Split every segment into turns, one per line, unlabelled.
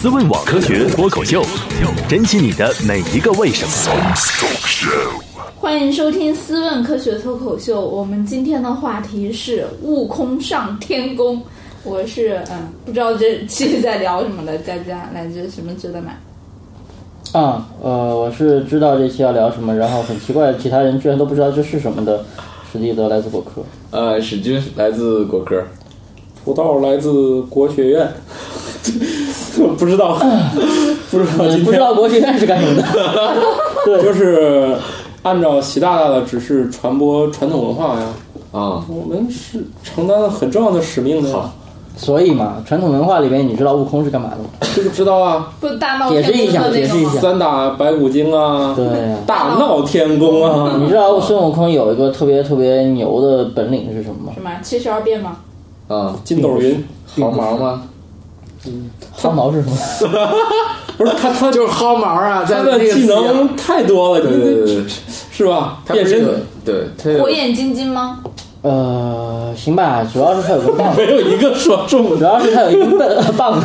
思问网科学脱口秀，珍惜你的每一个为什么。
欢迎收听《思问科学脱口秀》，我们今天的话题是悟空上天宫。我是嗯，不知道这期在聊什么的，佳佳来自什么值得买？
啊，呃，我是知道这期要聊什么，然后很奇怪，其他人居然都不知道这是什么的。史蒂德来自果壳，
呃，史军来自果壳，
土豆来自国学院， 不 知道，不知道
呃
今
不知
天
道国学院是干什么 的。
就是按照习大大的指示传播传统文化呀，
啊、
我们是承担了很重要的使命的呀
好。
所以嘛，传统文化里面，你知道悟空是干嘛的吗？
这个知道啊，
不大闹
解
天
释一
宫
下
的那
解
个
释一
吗
下？
三打白骨精啊，
对呀、
大闹天宫啊，
你知道孙悟空有一个特别特别牛的本领是什么吗？
什么七十二变吗？
啊，
筋斗云，
薅毛 吗？
薅毛是什么？
不是他他
就是薅毛啊，在
他
那
的
个
技
字眼
能太多了，
对
你
对对对，
是吧？
他不
变
是
身
有对他有
火眼金睛吗？
呃，行吧，主要是他有个 棒，
没有一个说中
主
的
要是他有一根棒哦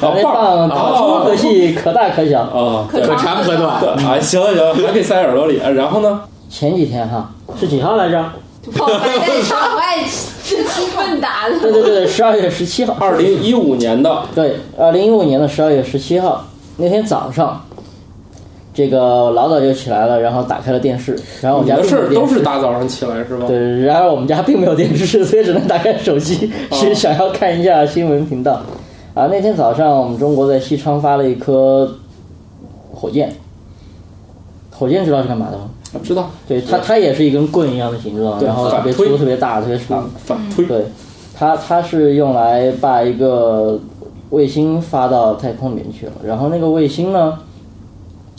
棒，哦然后那棒可粗可细，可大可小。
啊。
可
可长可短，
对 啊，行了行了，还可以塞耳朵里。然后呢？
前几天哈，是几号来着？
跑白在场外 吃鸡问答
对
的。
对对，十二月十七号，
二零一五年的
对，二零一五年的十二月十七号那天早上，这个老早就起来了，然后打开了电视，然后我
你
家
的
并
事
没有
儿都
电
是
视。
大早上起来是吧？
嗯对，然而我们家并没有电视， 所以只能打开手机，
哦
是想要看一下新闻频道。啊，那天早上我们中国在西昌发了一颗火箭，火箭知道是干嘛的吗？
啊知道
对，它它也是一根棍一样的形状，
对
然后特
反
别
推
粗、特别大、特别长。
啊反推
对，它它是用来把一个卫星发到太空里面去了。然后那个卫星呢，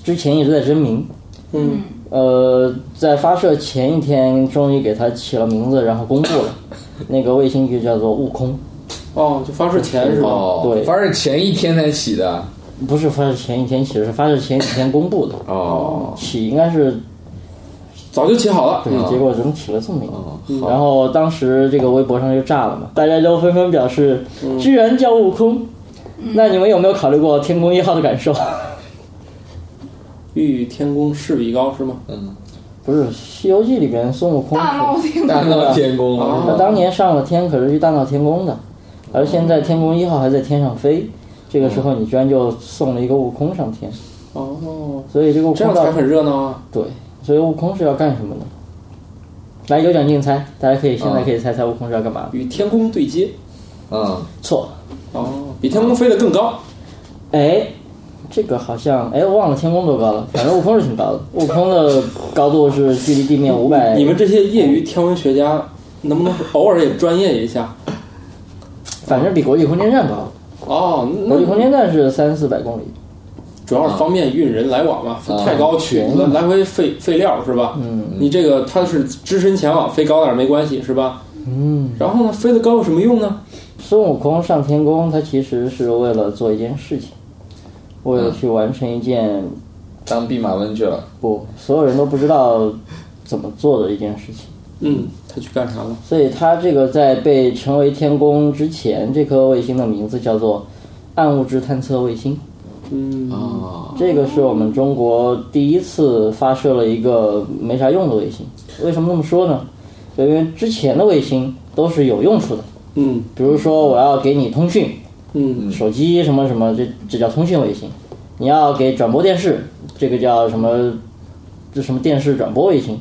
之前一直在征名，
嗯，
呃，在发射前一天终于给它起了名字，然后公布了。那个卫星就叫做悟空，
哦，就发射前是吧？
哦，
对
反正前一天才起的啊
不是发射前一天起的，是发射前几天公布的。
哦，
起应该是
早就起好了，啊嗯
对，结果怎么起了这么一个？
哦
然后当时这个微博上就炸了嘛，大家都纷纷表示，居然叫悟空。那你们有没有考虑过天宫一号的感受？
欲与天宫试比高是吗？
嗯，
不是《西游记》里边孙悟空，
大闹 天宫，
大闹天宫啊
哦
他当年上了天可是去大闹天宫的，而现在天宫一号还在天上飞，这个时候你居然就送了一个悟空上天，
哦，
所以这个悟
这样
空
才
到
很热闹啊！
对，所以悟空是要干什么呢？来，有奖竞猜，大家可以现在
嗯
可
啊
以猜猜悟空是要干嘛？
与天宫对接，
嗯，
错，
哦，比天宫飞得更高，
哎，这个好像哎，我忘了天宫多高了，反正悟空是挺高的。悟空的高度是距离地面五百。
你们这些业余天文学家 能不能偶尔也专业一下？
反正比国际空间站高，
哦，
国际空
那
间站是三四百公里。
主要是方便运人来往嘛，
啊
太高去
嗯
来来回费费料是吧？
嗯
你这个它是只身前往，啊飞高点儿没关系是吧？
嗯，
然后呢，飞得高有什么用呢？
孙悟空上天宫，他其实是为了做一件事情，为了去完成一件
当弼马温去了，
不所有人都不知道怎么做的一件事情。
嗯，他去干啥了？
所以他这个在被成为天宫之前，这颗卫星的名字叫做暗物质探测卫星。
嗯，
啊
哦，
这个是我们中国第一次发射了一个没啥用的卫星。为什么这么说呢？因为之前的卫星都是有用处的，
嗯
比如说我要给你通讯，
嗯，
手机什么什么，这这叫通讯卫星；你要给转播电视，这个叫什么？这什么电视转播卫星？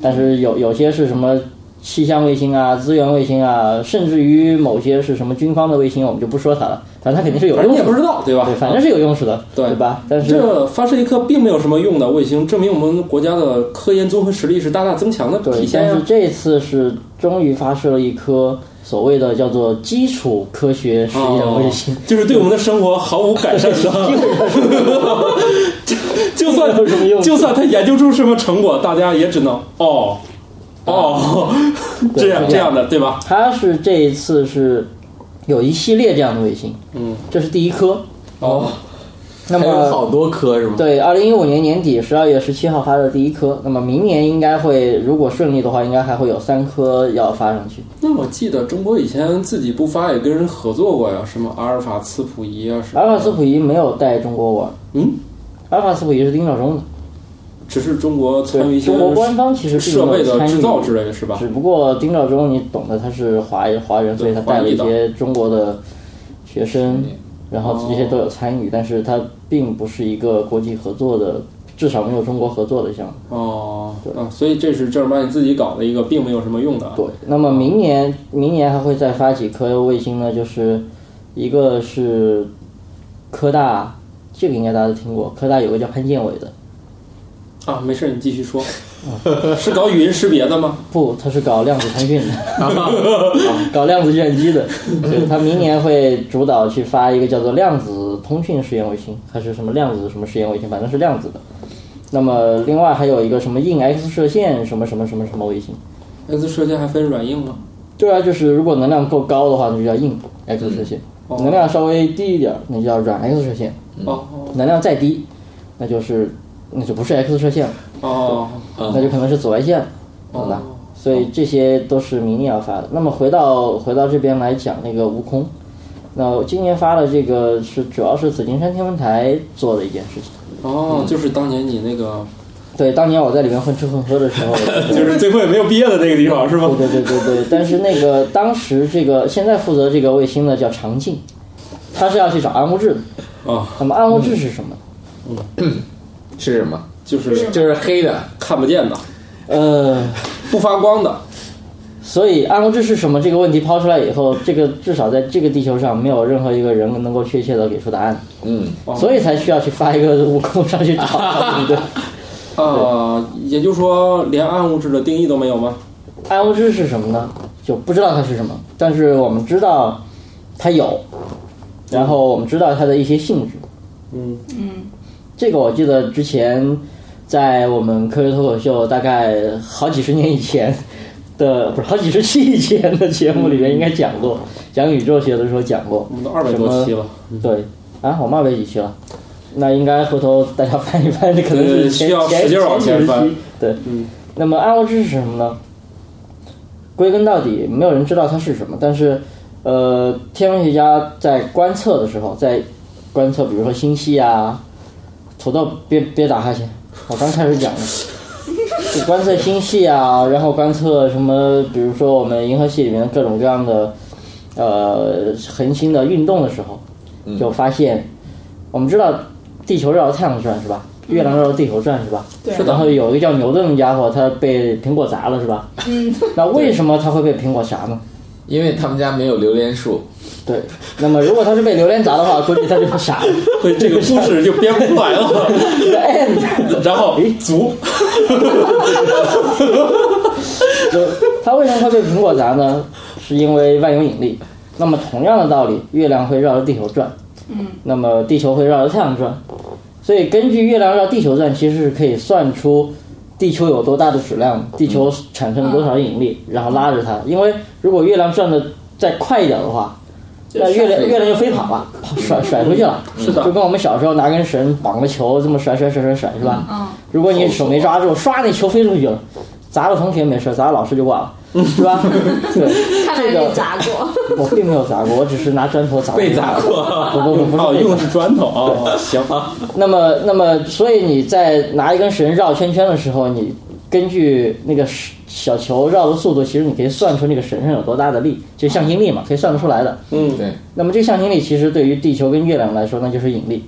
但是有有些是什么气象卫星啊、资源卫星啊，甚至于某些是什么军方的卫星，我们就不说它了。反正它肯定是有
反正
用
你也
处
不
的，
知道对吧？
对，反正是有用处的，
对
吧？但是
这发射一颗并没有什么用的卫星，证明我们国家的科研综合实力是大大增强的
对
体，现
但
呀、
是这次是终于发射了一颗所谓的叫做基础科学实验卫星，
哦就是对我们的生活毫无改善的。 就就算
没啊有什么用啊
就算他研究出什么成果，大家也只能哦哦
啊对
这样
是
这
这样
样的，对吧？
它是这一次是有一系列这样的卫星，
嗯，
这是第一颗。
哦，
那
还有
么
好多科是吗？
对，二零一五年年底十二月十七号发射第一颗，那么明年应该会，如果顺利的话，应该还会有三颗要发上去。
那我记得中国以前自己不发也跟人合作过呀，什么阿尔法次谱仪啊，什么
阿尔法斯普仪没有带中国玩，
嗯，
阿尔法斯普仪是丁肇中的，
只是中国参与
对，
一些
中国官方其实并
设
没
备
有
的
参
制造
与。
之类是吧？
只不过丁肇中，你懂得，他是华裔华人，所以他带了一
华
些中国的学生，然后这些都有参
哦
与，但是它并不是一个国际合作的，至少没有中国合作的项目。
哦，啊，所以这是正儿八经自己搞的一个，并没有什么用的啊。
对，那么明年明年还会再发几颗卫星呢？就是一个是科大，这个应该大家都听过，科大有个叫潘建伟的，
啊，没事，你继续 说。
啊
是搞语音识别的吗？
不，他是搞量子通讯的， 搞量子计算机的，所以他明年会主导去发一个叫做量子通讯实验卫星，还是什么量子什么实验卫星，反正是量子的。那么另外还有一个什么硬 X 射线什么什么什么什么卫星，
X 射线还分软硬吗？
对啊，就是如果能量够高的话，那就叫硬 X 射线；
哦
能量稍微低一点，那就叫软 X 射线；
嗯
哦
能量再低，那就是那就不是 X 射线了，
哦哦
那就可能是紫外线了，懂吧？所以这些都是明年要发的。那么回到回到这边来讲那个悟空，那今年发的这个是主要是紫金山天文台做的一件事情。嗯
哦，就是当年你那个，
对，当年我在里面混吃混喝的时 候，
就是 最后也没有毕业的那个地方是吗？
对对对对对，但是那个当时这个现在负责这个卫星的叫长镜，他是要去找暗物质的。
啊，
那么暗物质是什么？
是什么？
就是
就是黑的，
看不见的，嗯
呃，
不发光的。
所以暗物质是什么这个问题抛出来以后，这个至少在这个地球上没有任何一个人能够确切的给出答案，
嗯，
哦
所以才需要去发一个悟空上去找，对 不对？
啊，也就是说，连暗物质的定义都没有吗？
暗物质是什么呢？就不知道它是什么，但是我们知道它有，然后我们知道它的一些性质。
嗯，
这个我记得之前在我们科学脱口秀大概好几十年以前的，不是好几十期以前的节目里面应该讲过，讲宇宙学的时候讲过
嗯我。们都二百多期了，
对，啊，我们二百几期了，那应该回头大家翻一翻，这可能是
对
前
需要
前
使劲往前
前
翻
几十期。对，
嗯
那么暗物质是什么呢？归根到底，没有人知道它是什么。但是，呃，天文学家在观测的时候，在观测，比如说星系啊，土豆别别打哈欠，我刚开始讲了，就观测星系啊，然后观测什么，比如说我们银河系里面各种各样的呃恒星的运动的时候，就发现，我们知道地球绕着太阳转是吧？月亮绕着地球转是吧？
对是的
然后有一个叫牛顿的家伙，他被苹果砸了是吧？
嗯，
那为什么他会被苹果砸呢？
因为他们家没有榴莲树，
对，那么如果他是被榴莲砸的话，估计他就不傻了。
对，这个故事就编不出来 了。然后哦足，
就它为什么会被苹果砸呢？是因为万有引力。那么同样的道理，月亮会绕着地球转，嗯，那么地球会绕着太阳转，所以根据月亮绕地球转，其实是可以算出地球有多大的质量，地球产生多少引力，然后拉着它。因为如果月亮转的再快一点的话，那月亮月亮就飞跑了，跑甩甩出去了，
是的
就跟我们小时候拿根绳绑个球这么甩甩甩甩甩是吧？
嗯，
如果你手没抓住，唰那球飞出去了，砸了同学没事，砸了老师就挂了，是吧？ 对，
看来
这
你
个
砸 过。
我并没有砸过，我只是拿砖头砸过。
被砸过。
不不不不
哦，
是被
用
砸
的。是砖头啊，哦 行
那么那么，所以你在拿一根绳绕圈圈的时候，你根据那个小球绕的速度，其实你可以算出那个绳上有多大的力，就向心力嘛，可以算得出来的。
嗯，
对，
那么这个向心力其实对于地球跟月亮来说，那就是引力。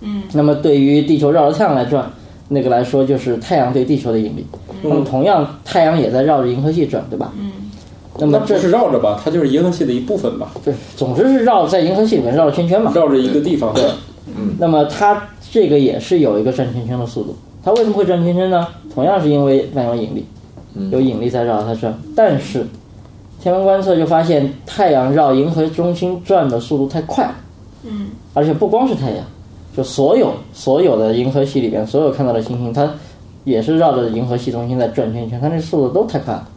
嗯。那么对于地球绕着太阳来转，那个来说就是太阳对地球的引力。
嗯
那么同样，太阳也在绕着银河系转，对吧？嗯。那
那
么
不
这
是绕着吧？它就是银河系的一部分吧？
对，总之是绕在银河系里面绕着圈圈嘛。
绕着一个地方，对，
那么它这个也是有一个转圈圈的速度。它为什么会转圈圈呢？同样是因为万有引力，有引力在绕它转。但是天文观测就发现，太阳绕银河中心转的速度太快了。嗯，而且不光是太阳，就所有所有的银河系里边所有看到的星星，它也是绕着银河系中心在转圈圈，它那速度都太快了。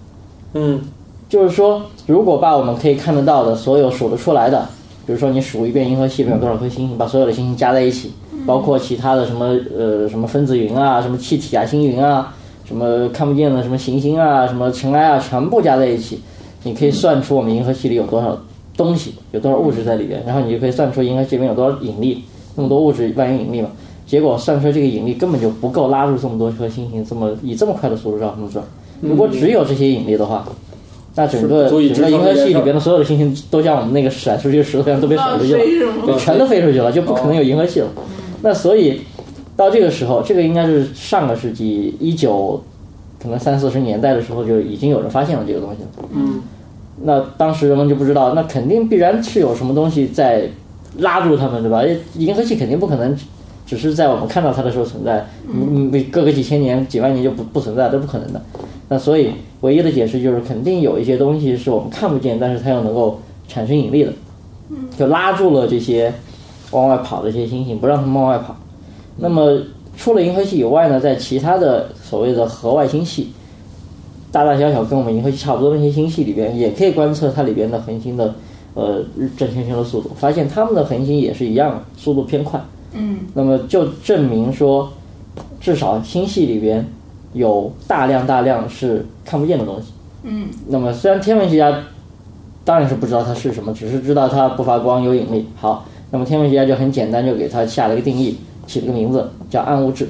嗯，
就是说，如果把我们可以看得到的所有数得出来的，比如说你数一遍银河系里面有多少颗星星，把所有的星星加在一起，包括其他的什么呃什么分子云啊、什么气体啊、星云啊、什么看不见的什么行星啊、什么尘埃啊，全部加在一起，你可以算出我们银河系里有多少东西，有多少物质在里边，然后你就可以算出银河系里面有多少引力，那么多物质万有引力嘛。结果算出来这个引力根本就不够拉住这么多颗星星，这么以这么快的速度绕这么转。如果只有这些引力的话，那整个
是足以支
整
撑
个银河
这件
系
事
里
儿
边的所有的星星都像我们那个甩出去的石头一样都被甩
啊，
出去了。
飞是吗？
对，全都飞出去了，就不可能有银河系了。那所以到这个时候，这个应该是上个世纪一九，可能三四十年代的时候就已经有人发现了这个东西了。
嗯，
那当时人们就不知道，那肯定必然是有什么东西在拉住他们，对吧？银河系肯定不可能只只是在我们看到它的时候存在，嗯，嗯隔个几千年、几万年就不不存在，这不可能的。那所以唯一的解释就是，肯定有一些东西是我们看不见，但是它又能够产生引力的，就拉住了这些往外跑的一些星星，不让它们往外跑。那么除了银河系以外呢，在其他的所谓的河外星系，大大小小跟我们银河系差不多那些星系里边，也可以观测它里边的恒星的呃转圈圈的速度，发现它们的恒星也是一样的，速度偏快。
嗯，
那么就证明说，至少星系里边有大量大量是看不见的东西。
嗯，
那么虽然天文学家当然是不知道它是什么，只是知道它不发光有引力。好，那么天文学家就很简单就给它下了一个定义，起了个名字叫暗物质。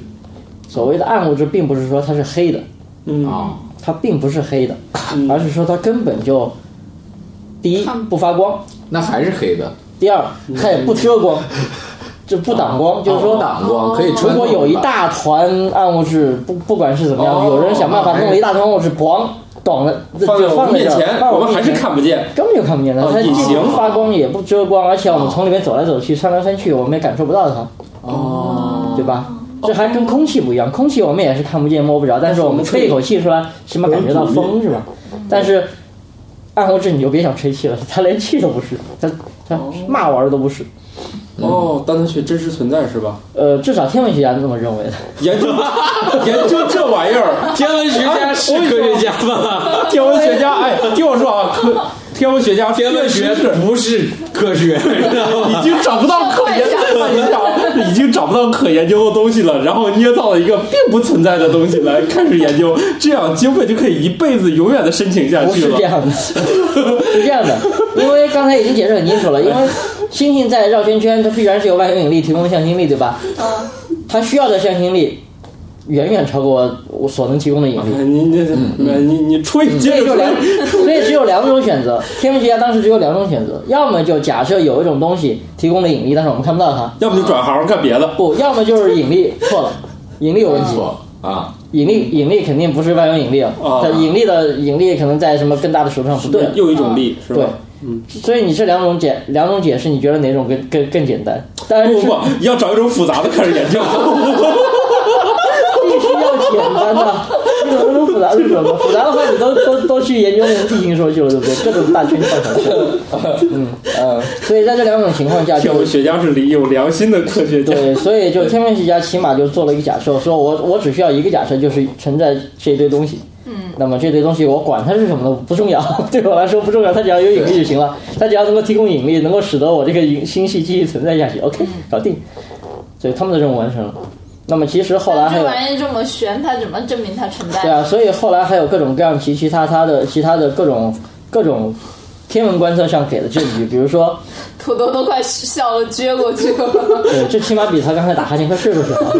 所谓的暗物质，并不是说它是黑的，
嗯
啊，
它并不是黑的，
嗯
而是说它根本就第一
看
不发光，
那还是黑的，
第二它也不遮光，就不挡
嗯
光，就是说
哦挡光可以
如
穿透
果
的。
有一大团暗物质，不不管是怎么样，
哦
有人想办法弄了一大团暗物质，咣，懂了，就
放在
放
我们
在
面
这儿
前，
放
我
我
们还是
面前
看不见。
根本就看不见它，
哦
它
隐
既
形
不发光也不遮光，而且我们从里面走来走去、穿来穿去，我们也感受不到它，
哦，
对吧？这还跟空气不一样，空气我们也是看不见、摸不着，但是我们吹一口气出来，起码感觉到风是吧？但是暗物质你就别想吹气了， 它连气都不是，它它嘛玩意儿都不是。嗯
哦，但它却真实存在是吧？
呃，至少天文学家是这么认为的。
研究研究这玩意儿，
天文学家是科学家吗？
天文学家，哎，听我说啊，科天文学家，
天文学
确实是
不是科学，
已经找不到可研究了，你想，已经找不到可研究的东西了，然后捏造了一个并不存在的东西来开始研究，这样经费就可以一辈子永远的申请下
不
去
是
了
这。样的，是这样 的，因为刚才已经解释很清楚了，因为星星在绕圈圈，它必然是由万有引力提供的向心力，对吧？
啊，
它需要的向心力远远超过我所能提供的引力。
你你你你吹，
所
接
以
着
就两，
吹。
所以只有两种选择。天文学家当时只有两种选择，要么就假设有一种东西提供了引力，但是我们看不到它；
要不就转行干别的。
不，要么就是引力错了，引力有问题。
错啊，
引力引力肯定不是万有引力啊，
嗯啊
它引力的引力可能在什么更大的石头上不对。
又一种力是
对
吧？，
嗯所以你这两种解两种解释，你觉得哪种更更更简单？当 然
不
是
不
必
不，要找一种复杂的开始 研究。
须要简单的。你怎么能复杂是什么？复杂的话，你都都都去研究那种地形说去了，对不对？各种大圈串小圈。嗯 呃，所以在这两种情况下，
天
就
文学家是理有良心的科学 家。
对，所以就天文学家起码就做了一个假设，说我我只需要一个假设，就是存在这堆东西。
嗯，
那么这堆东西我管它是什么的不重要， 对我来说不重要，它只要有引力就行了，它只要能够提供引力，能够使得我这个引星系继续存在下去，OK，搞
嗯
定。所以他们的任务完成了。那么其实后来还
这
有
玩意这么悬，它怎么证明它存在？
对啊，所以后来还有各种各样其其他他的其他的各种各种天文观测上给的证据，比如说，
土豆都快笑了，撅过去了。
对，这起码比他刚才打哈欠快睡过去好，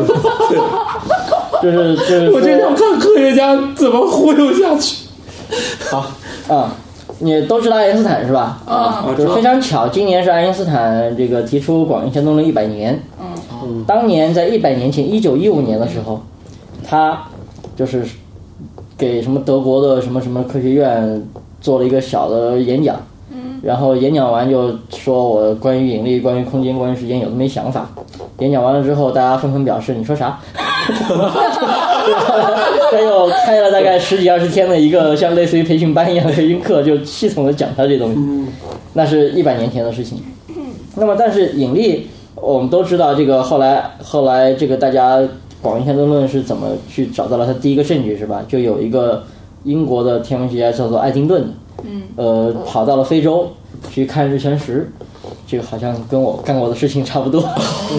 就是就是
我就
说
想看科学家怎么忽悠下去。
啊、你都知道爱因斯坦是吧？
嗯，
我知
就是
道
非常巧，今年是爱因斯坦这个提出广义相对论一百年。嗯，当年在一百年前，一九一五年的时候，他就是给什么德国的什么什么科学院做了一个小的演讲。嗯，然后演讲完就说我关于引力、关于空间、关于时间有这么一想法。演讲完了之后，大家纷纷表示你说啥？ 他又开了大概十几二十天的一个像类似于培训班一样的培训课，就系统的讲他这东西。那是一百年前的事情。那么，但是引力，我们都知道这个后来后来这个大家广义相对论是怎么去找到了它第一个证据是吧？就有一个英国的天文学家叫做爱丁顿，嗯，呃，跑到了非洲去看日全食，这个好像跟我干过的事情差不多。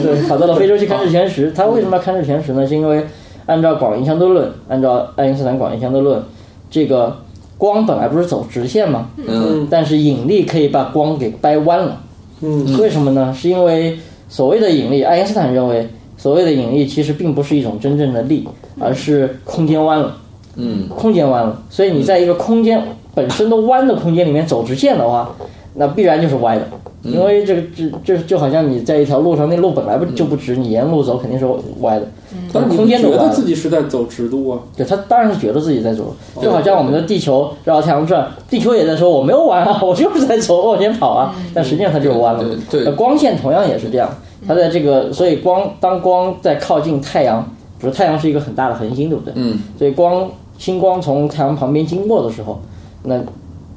对，跑到了非洲去看日全食。他为什么要看日全食呢？是因为按照广义相对论，按照爱因斯坦广义相对论，这个光本来不是走直线吗？
嗯
但是引力可以把光给掰弯了。
嗯
为什么呢？是因为所谓的引力，爱因斯坦认为所谓的引力其实并不是一种真正的力，
嗯
而是空间弯了，
嗯
空间弯了。所以你在一个空间本身都弯的空间里面走直线的话，那必然就是歪的。
嗯
因为这个这这就好像你在一条路上，那路本来
嗯
不就不直，你沿路走肯定是歪的，
但是
空
你
间
觉
的
得
弯
自。己是在走直路啊？
对，他当然是觉得自己在走，就好像我们的地球绕太阳转，地球也在说我没有弯啊， 我就是在走往前跑啊，但实际上它就是弯了。
对对
呃光线同样也是这样，它在这个，所以光当光在靠近太阳，比如太阳是一个很大的恒星，对不对？
嗯
所以光星光从太阳旁边经过的时候，那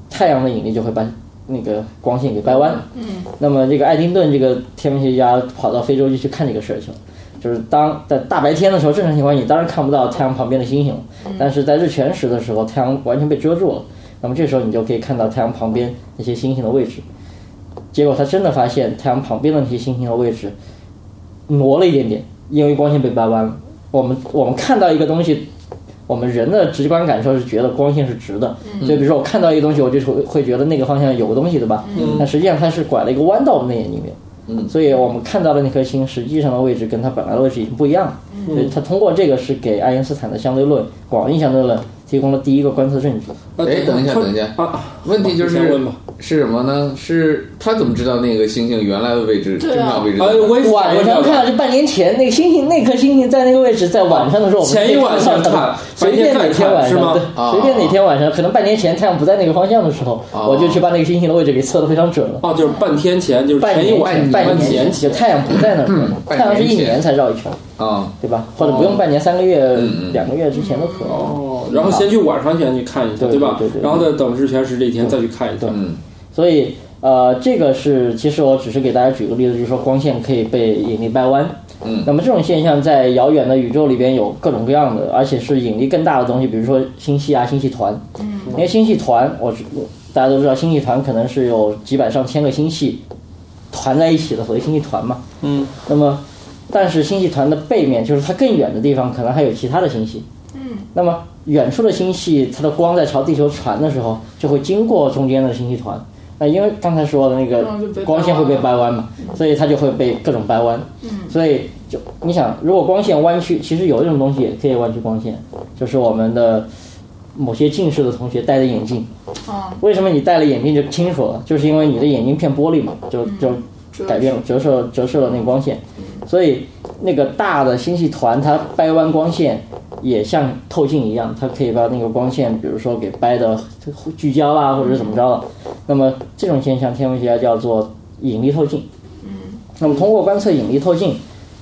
太阳的引力就会把那个光线给掰弯。
嗯，
那么这个爱丁顿这个天文学家跑到非洲就去看这个事儿去了。就是当在大白天的时候，正常情况下你当然看不到太阳旁边的星星了，但是在日全食的时候，太阳完全被遮住了。那么这时候你就可以看到太阳旁边那些星星的位置。结果他真的发现太阳旁边的那些星星的位置挪了一点点，因为光线被掰弯了。我们我们看到一个东西，我们人的直观感受是觉得光线是直的，
嗯
所以比如说我看到一个东西，我就会会觉得那个方向有个东西，对吧？
嗯
但实际上它是拐了一个弯到我们的眼睛里面。
嗯
所以我们看到的那颗星实际上的位置跟它本来的位置已经不一样了。
嗯
所以它通过这个是给爱因斯坦的相对论、广义相对论提供了第一个观测证据。
啊
哎等一下
他
等一下
啊，
问题就
你先
是
问吧。
是什么呢？是他怎么知道那个星星原来的位置、
对啊
正常位置在哪？
哎，我也想
晚
问这
上看
个。
到是半年前那个星星，那颗星星在那个位置，在晚上的时候，我们
前一晚上看
随便哪天晚
白天再看是吗
上，对
啊
随便哪天晚上，可能半年前太阳不在那个方向的时候，
啊
我就去把那个星星的位置给测得非常准了。
哦，就是半天前，就是
半
前一
哎
年
晚
前，半
半
年
年
前，
前
就太阳不在那儿时候，
嗯半年前
太阳是一年才绕一圈，
啊，
对吧？或者不用半年，三个月、
嗯嗯
两个月之前都可以。
哦，然后先去晚上先去看一下，
啊对
吧
对对？对
然后再等日全食这一天再去看一下
对。
嗯
所以呃，这个是其实我只是给大家举个例子，就是说光线可以被引力掰弯。
嗯
那么这种现象在遥远的宇宙里边有各种各样的，而且是引力更大的东西，比如说星系啊、星系团。嗯，因为星系团，我知大家都知道，星系团可能是有几百上千个星系团在一起的，所谓星系团嘛。
嗯，
那么，但是星系团的背面，就是它更远的地方，可能还有其他的星系。嗯。那么远处的星系，它的光在朝地球传的时候，就会经过中间的星系团。那因为刚才说的那个
嗯就被掰弯了嗯
光线会被掰弯嘛，所以它就会被各种掰弯。嗯。所以就你想，如果光线弯曲，其实有一种东西也可以弯曲光线，就是我们的某些近视的同学戴的眼镜。
哦，
为什么你戴了眼镜就清楚了？就是因为你的眼睛片玻璃嘛，就就改变了折射折射了那个光线，所以那个大的星系团它掰弯光线也像透镜一样，它可以把那个光线，比如说给掰的聚焦啊，或者是怎么着了。那么这种现象，天文学家叫做引力透镜。那么通过观测引力透镜，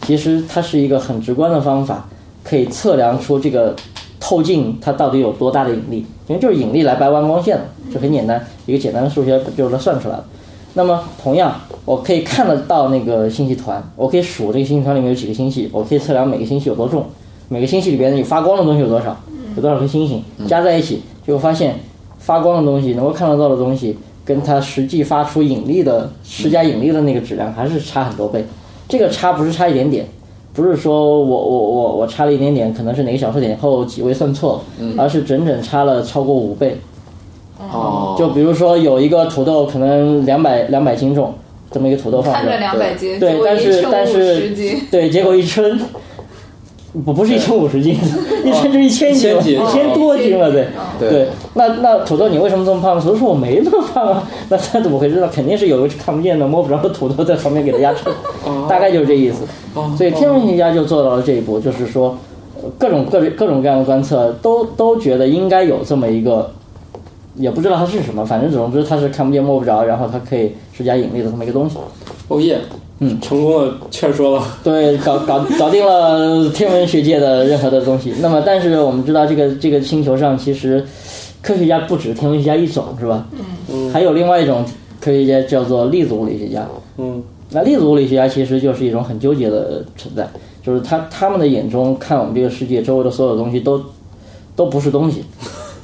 其实它是一个很直观的方法，可以测量出这个透镜它到底有多大的引力，因为就是引力来掰弯光线了，这很简单，一个简单的数学就能算出来了。那么同样，我可以看得到那个星系团，我可以数这个星系团里面有几个星系，我可以测量每个星系有多重，每个星系里边有发光的东西有多少，有多少颗星星加在一起，就会发现发光的东西能够看得到的东西，跟它实际发出引力的施加引力的那个质量还是差很多倍。这个差不是差一点点，不是说我我我我差了一点点，可能是哪个小数点后几位算错了，而是整整差了超过五倍。
哦，
就比如说有一个土豆可能两百两百斤重，这么一个土豆放
看
着
着，两百斤，
对
结，果
但
一
是
称
但
五十
是
斤，
对，结果一称，不不是一称五十斤， 一称就一千斤了，
一千斤
一千
哦
多斤了，
嗯
对。嗯
对
对，那那土豆你为什么这么胖？土豆说我没那么胖啊， 那他怎么会知道？肯定是有个看不见的摸不着的土豆在旁边给大家称，
哦
大概就是这意思。所以天文学家就做到了这一步，就是说，呃各种各各种各样的观测都都觉得应该有这么一个，也不知道它是什么，反正总之它是看不见摸不着，然后它可以施加引力的这么一个东西。
哦耶，
嗯
成功的劝说了。
对，搞搞搞定了天文学界的任何的东西。那么，但是我们知道，这个这个星球上其实科学家不止天文学家一种，是吧？嗯，还有另外一种科学家叫做粒子物理学家。
嗯，
那粒子物理学家其实就是一种很纠结的存在，就是他他们的眼中看我们这个世界周围的所有东西都都不是东西，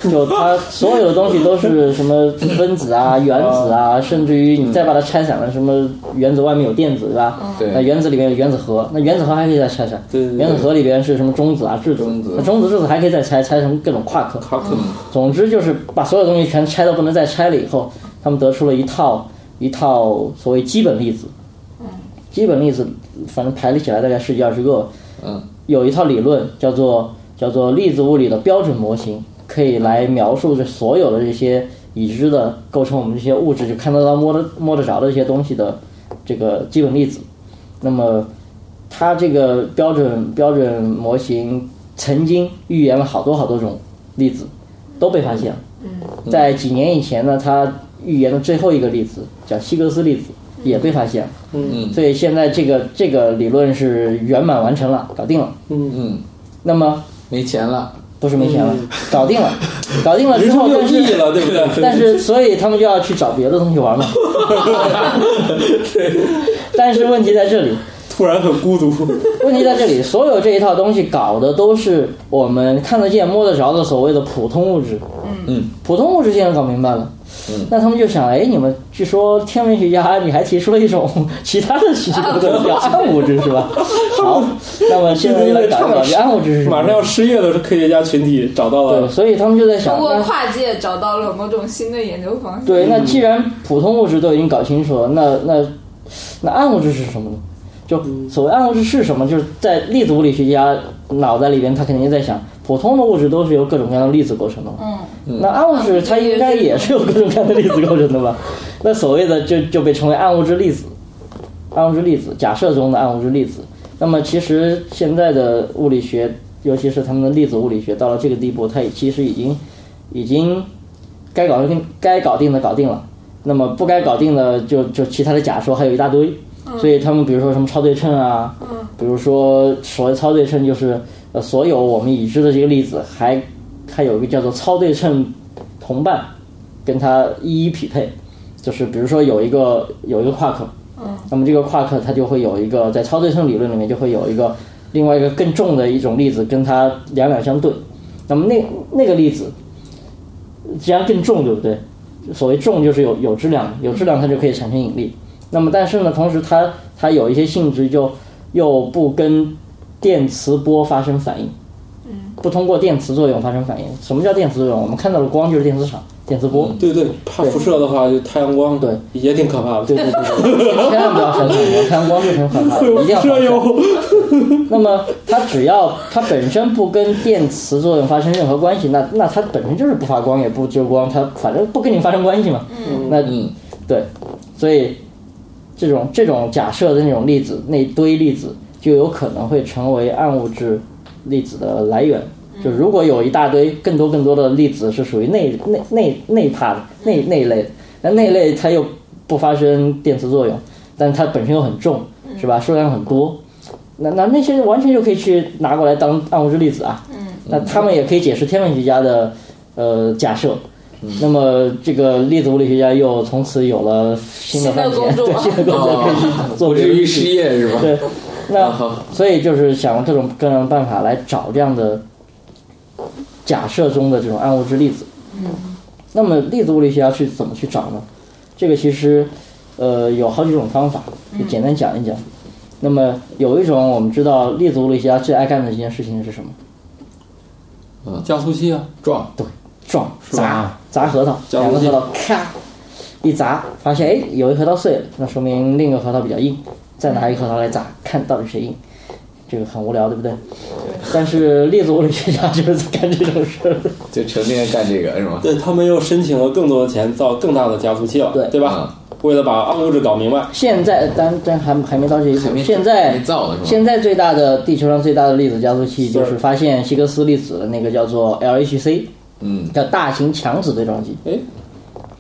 就它所有的东西都是什么分子啊、原子啊，甚至于你再把它拆散了，什么原子外面有电子，对吧？
对
那原子里面有原子核，那原子核还可以再拆散。
对对对
原子核里边是什么中子啊、质子
中子，
那中子、质子还可以再拆，拆成各种夸克。
夸克，
嗯
总之就是把所有东西全拆到不能再拆了以后，他们得出了一套一套所谓基本粒子。基本粒子反正排列起来大概十几二十个。
嗯，
有一套理论叫做叫做粒子物理的标准模型，可以来描述这所有的这些已知的构成我们这些物质就看得到、摸得摸得着的这些东西的这个基本粒子。那么，它这个标准标准模型曾经预言了好多好多种粒子，都被发现了。在几年以前呢，它预言的最后一个粒子叫希格斯粒子也被发现了。
嗯
所以现在这个这个理论是圆满完成了，搞定了。
嗯，
那么
没钱了，
不是没钱了，搞定了，搞定了之
嗯人生
后，
没有
但
意义
是
了，对不对？
但是所以他们就要去找别的东西玩嘛。 但是问题在这里，
突然很孤独，
问题在这里，所有这一套东西搞的都是我们看得见、摸得着的所谓的普通物质。
嗯，
普通物质现在搞明白了。
嗯
那他们就想，哎，你们据说天文学家，你还提出了一种 其他的奇奇怪怪的叫暗物质是吧？ 好，那么现在就来搞一搞这暗物质是什么
马上要失业的科学家群体找到
对，
了，
所以他们就在想，
通过
那
跨界找到了某种新的研究方式。
对，那既然普通物质都已经搞清楚了，那那那暗物质是什么呢？就所谓暗物质是什么，就是在粒子物理学家脑袋里边，他肯定在想，普通的物质都是由各种各样的粒子构成的嘛。
嗯，
那暗物质它应该也是由各种各样的粒子构成的吧？那所谓的就就被称为暗物质粒子，暗物质粒子假设中的暗物质粒子。那么其实现在的物理学，尤其是他们的粒子物理学，到了这个地步，它也其实已经已经该搞定该搞定的搞定了，那么不该搞定的就就其他的假说还有一大堆。所以他们比如说什么超对称啊，比如说所谓超对称就是呃所有我们已知的这个粒子还它有一个叫做超对称同伴，跟它一一匹配，就是比如说有一个有一个夸克，那么这个夸克它就会有一个在超对称理论里面就会有一个另外一个更重的一种粒子跟它两两相对，那么那那个粒子既然更重，对不对？所谓重就是有有质量，有质量它就可以产生引力。那么但是呢，同时它它有一些性质就又不跟电磁波发生反应，不通过电磁作用发生反应。什么叫电磁作用？我们看到的光就是电磁场、电磁波。
对对，怕辐射的话，就太阳光，
对，
也挺可怕的，
对对对对，千万不要闪闪光，闪光是很可怕
会有
的，一定要
辐
防
射
晒。
哟。
那么它只要它本身不跟电磁作用发生任何关系，那那它本身就是不发光也不遮光，它反正不跟你发生关系嘛。那
嗯
对，所以这种这种假设的那种粒子，那堆粒子就有可能会成为暗物质粒子的来源。就如果有一大堆更多更多的粒子是属于那那那那怕的那那一类的，那那一类它又不发生电磁作用，但它本身又很重，是吧？数量很多，那那那些完全就可以去拿过来当暗物质粒子啊。那他们也可以解释天文学家的呃假设。那么这个粒子物理学家又从此有了新的
新的
饭
工
钱，
作
对新的工作可以去做
哦不
别的
至于
事情
失业是吧？
对，那
好
所以就是想用各种各样的办法来找这样的假设中的这种暗物质粒子。那么粒子物理学要去怎么去找呢？这个其实呃有好几种方法，就简单讲一讲。那么有一种我们知道粒子物理学家最爱干的一件事情是什么？
加速器啊，
撞，
撞
是
砸
吧
砸核桃，
加
两
速
个
器
核桃咔一砸，发现哎有一核桃碎了，那说明另一个核桃比较硬，再拿一个核桃来砸，看到底谁硬。这个很无聊，对不对？但是粒子物理学家就是 干这种事儿。
就成天干这个是吗？
对他们又申请了更多的钱，造更大的加速器了，
对
对吧？为了把暗物质搞明白，
现在，但但还还没到这一
还
步。
没
现在
还没造呢是吧？
现在最大的地球上最大的粒子加速器就是
是
发现希格斯粒子的那个叫做 LHC，
嗯，
叫大型强子对撞机，
哎，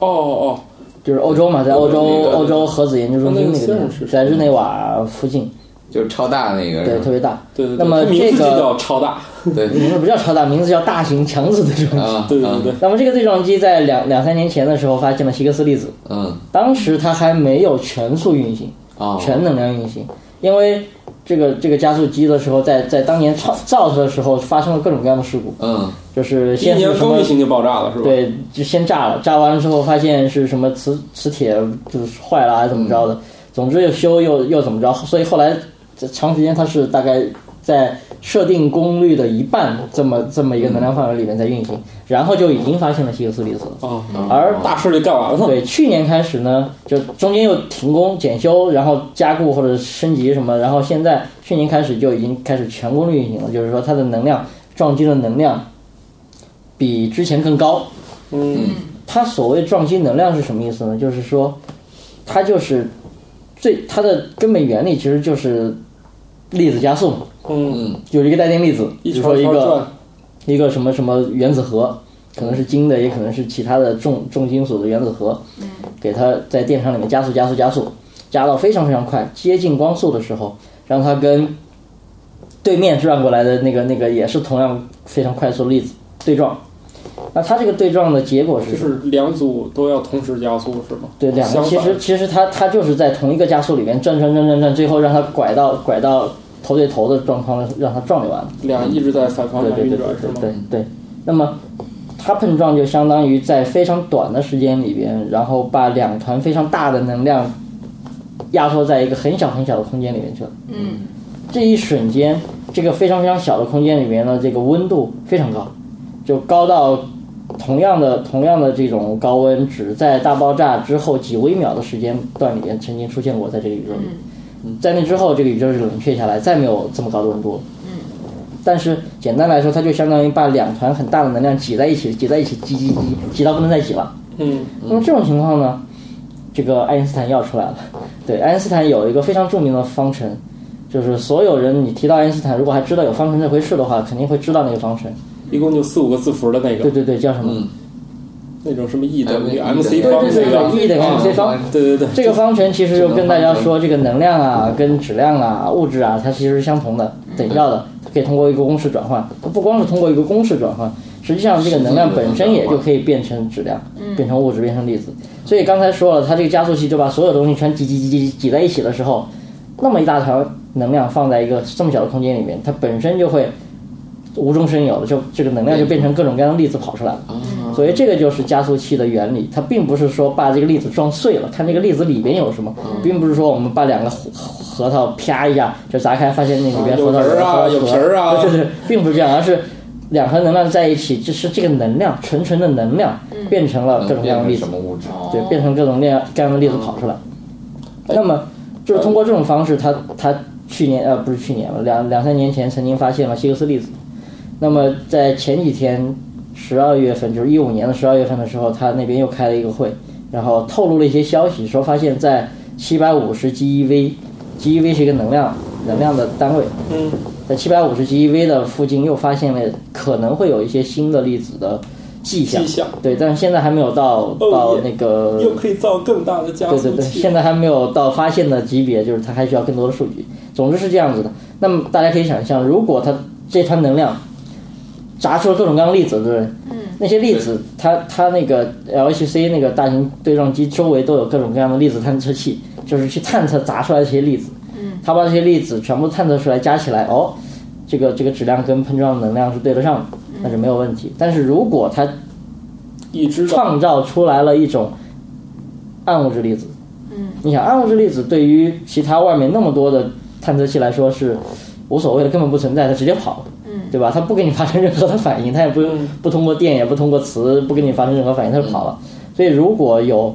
哦哦
就是欧洲嘛，在欧洲
那个
欧洲核子研究中心那个地
那个
方
字儿是，
在日内瓦附近。
就是超大那个
对，
是
特
吧？
别大
哦，。对对对，
那么
它名
这
字就
个
叫超大，
对
名字不叫超大，名字叫大型强子对撞机。
啊，
对对
嗯
对，
那么这个对撞机在两两三年前的时候发现了希格斯粒子，
嗯
当时它还没有全速运行，
哦，
全能量运行，因为这个这个加速机的时候，在在当年造造它的时候发生了各种各样的事故，
嗯
就是
一
先是
年
什
刚
么
一？行就爆炸了，是吧？，
对，就先炸了，炸完之后发现是什么磁磁铁就是坏了还是怎么着
嗯
的，总之又修又又怎么着，所以后来这长时间它是大概在设定功率的一半这么这么一个能量范围里面在运行，然后就已经发现了希格斯粒子了。
啊，
而
大事就干完了。
对，去年开始呢，就中间又停工检修，然后加固或者升级什么，然后现在去年开始就已经开始全功率运行了，就是说它的能量撞击的能量比之前更高。
嗯，
它所谓撞击能量是什么意思呢？就是说，它就是最它的根本原理其实就是粒子加速，
嗯，
嗯
就是一个带电粒子，比
一
如
圈
说
一
一
圈
个
转，
一个什么什么原子核，可能是金的，也可能是其他的重重金属的原子核，给它在电场里面加速、加速、加速，加到非常非常快，接近光速的时候，让它跟对面转过来的那个那个也是同样非常快速的粒子对撞。那它这个对撞的结果是
就
什么？
是两组都要同时加速，是吗？
对，两个
相
其
反
实其实它它就是在同一个加速里面转转转转转，最后让它拐到拐到头对头的状况，让它撞就完了。
俩一直在反方
对
向
对
哦运
对对
转，是吗？
对对。那么它碰撞就相当于在非常短的时间里边，然后把两团非常大的能量压缩在一个很小很小的空间里面去了。
嗯，
这一瞬间，这个非常非常小的空间里面呢，这个温度非常高，就高到同样的同样的这种高温，只在大爆炸之后几微秒的时间段里面曾经出现过，在这个宇宙里。在那之后，这个宇宙是冷却下来，再没有这么高的温度了。但是简单来说，它就相当于把两团很大的能量挤在一起，挤在一起，挤挤挤，挤到不能再挤了。
嗯，
那么这种情况呢，这个爱因斯坦要出来了。对，爱因斯坦有一个非常著名的方程，就是所有人你提到爱因斯坦，如果还知道有方程这回事的话，肯定会知道那个方程。
一共就四五个字符的那
对
个，
对对，叫什么？
嗯，
那种什么 E 等于
M-
mc
对对
方
对
那个，
对，E 等于 mc 方。
对对对，
这个方程其实就跟大家说，这个能量啊、跟质量啊、物质啊，它其实是相同的、等效的。它可以通过一个公式转换，它不光是通过一个公式转换，实际上这个能量本身也就可以变成质量、变成物质、变成粒子。所以刚才说了，它这个加速器就把所有东西全挤挤挤挤挤在一起的时候，那么一大团能量放在一个这么小的空间里面，它本身就会无中生有，就这个能量就变成各种各样的粒子跑出来了。
啊
所以这个就是加速器的原理，它并不是说把这个粒子撞碎了，看这个粒子里边有什么，
啊
并不是说我们把两个核核桃啪一下就砸开，发现那里边
啊有
核桃
仁儿啊
核
有皮儿啊
对对对，并不是这样，而是两团能量在一起，就是这个能量纯纯的能量
嗯
变成了各种
能
各样的
变成
粒子
什，么物质？
嗯
哦
哦
对，变成各种各样各样的粒子跑出来。
嗯
那
哎
么就是通过这种方式，他他去年呃不是去年了，两两三年前曾经发现了希格斯粒子。那么在前几天，十二月份，就是一五年的十二月份的时候，他那边又开了一个会，然后透露了一些消息，说发现在七百五十 E GeV，GeV 是一个能量能量的单位，
嗯，
在七百五十 GeV 的附近又发现了可能会有一些新的粒子的迹象
迹。象
对，但是现在还没有到
哦
到
耶
那个
又可以造更大的加
对对
速
对，
器，啊
现在还没有到发现的级别，就是它还需要更多的数据。总之是这样子的。那么大家可以想象，如果它这团能量炸出了各种各样的粒子，对不对？嗯。那些粒子，它它那个 LHC 那个大型对撞机周围都有各种各样的粒子探测器，就是去探测砸出来的这些粒子。嗯。它把这些粒子全部探测出来，加起来，哦，这个这个质量跟碰撞能量是对得上的，
嗯
那是没有问题。但是如果它
已知的
创造出来了一种暗物质粒子。嗯，你想，暗物质粒子对于其他外面那么多的探测器来说是无所谓的，根本不存在，它直接跑，嗯，对吧？它不给你发生任何的反应，它也不用不通过电，也不通过磁，不给你发生任何反应，它就跑了。所以，如果有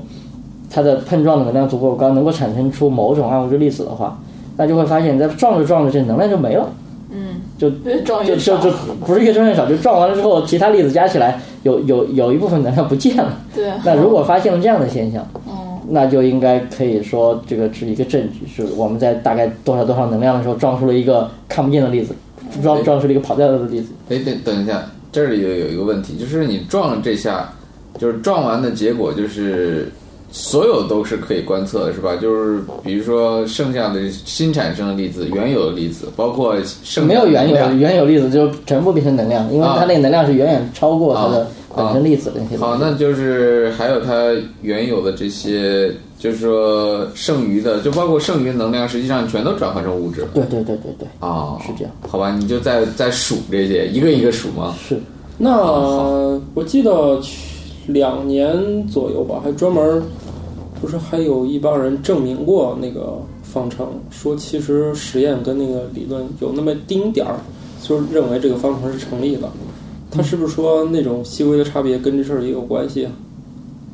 它的碰撞的能量足够高，能够产生出某种暗物质粒子的话，那就会发现，在撞着撞着，这能量就没了。嗯，就
越撞
就
越
就
少。
就不是越撞越少，就撞完了之后，其他粒子加起来有有有一部分能量不见了。
对，
那如果发现了这样的现象，
哦，
那就应该可以说这个是一个证据，是我们在大概多少多少能量的时候撞出了一个看不见的粒子，撞撞出了一个跑掉的粒子。
哎，等等一下，这里有有一个问题，就是你撞这下，就是撞完的结果就是所有都是可以观测的，是吧？就是比如说剩下的新产生的粒子、原有的粒子，包括剩
没有原有
有。
原有粒子就全部变成能量，因为
啊
它那个能量是远远超过它的本
啊
身粒子的那些东西。
好，那就是还有它原有的这些，就是说剩余的，就包括剩余的能量，实际上全都转换成物质了
对对对对对，
啊、
啊是这样。
好吧，你就再再数这些，一个一个数嘛。
是
那我记得去两年左右吧，还专门不是还有一帮人证明过那个方程，说其实实验跟那个理论有那么丁点儿，就认为这个方程是成立的。他是不是说那种细微的差别跟这事儿也有关 系啊？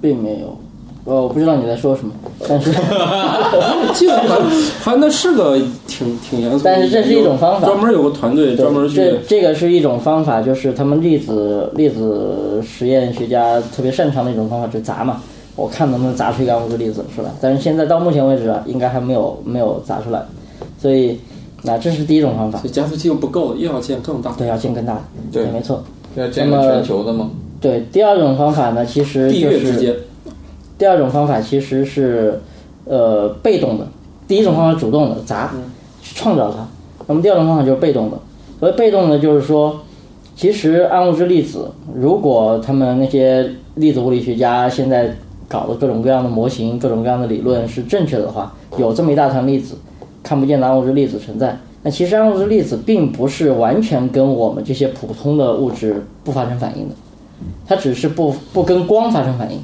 并没有。呃，我不知道你在说什么，但 是
我记得好像好像那是个挺挺严肃的，
但是这是一种方法
专门有个团队专门去
这这个是一种方法，就是他们粒子粒子实验学家特别擅长的一种方法，就是砸嘛。我看能不能砸出一个暗物质粒子出来，但是现在到目前为止啊，应该还没有没有砸出来，所以那、这是第一种方法
所，以加速器又不够了，又要建更大。
对，啊要建更大，
对
没错。
要建个全球的吗？
对，第二种方法呢，其实
地
就
月
是
之间，
第二种方法其实是呃被动的，第一种方法主动的砸，去创造它。那么第二种方法就是被动的。所谓被动的，就是说，其实暗物质粒子，如果他们那些粒子物理学家现在搞的各种各样的模型、各种各样的理论是正确的话，有这么一大团粒子，看不见的暗物质粒子存在。那其实暗物质粒子并不是完全跟我们这些普通的物质不发生反应的，它只是不不跟光发生反应。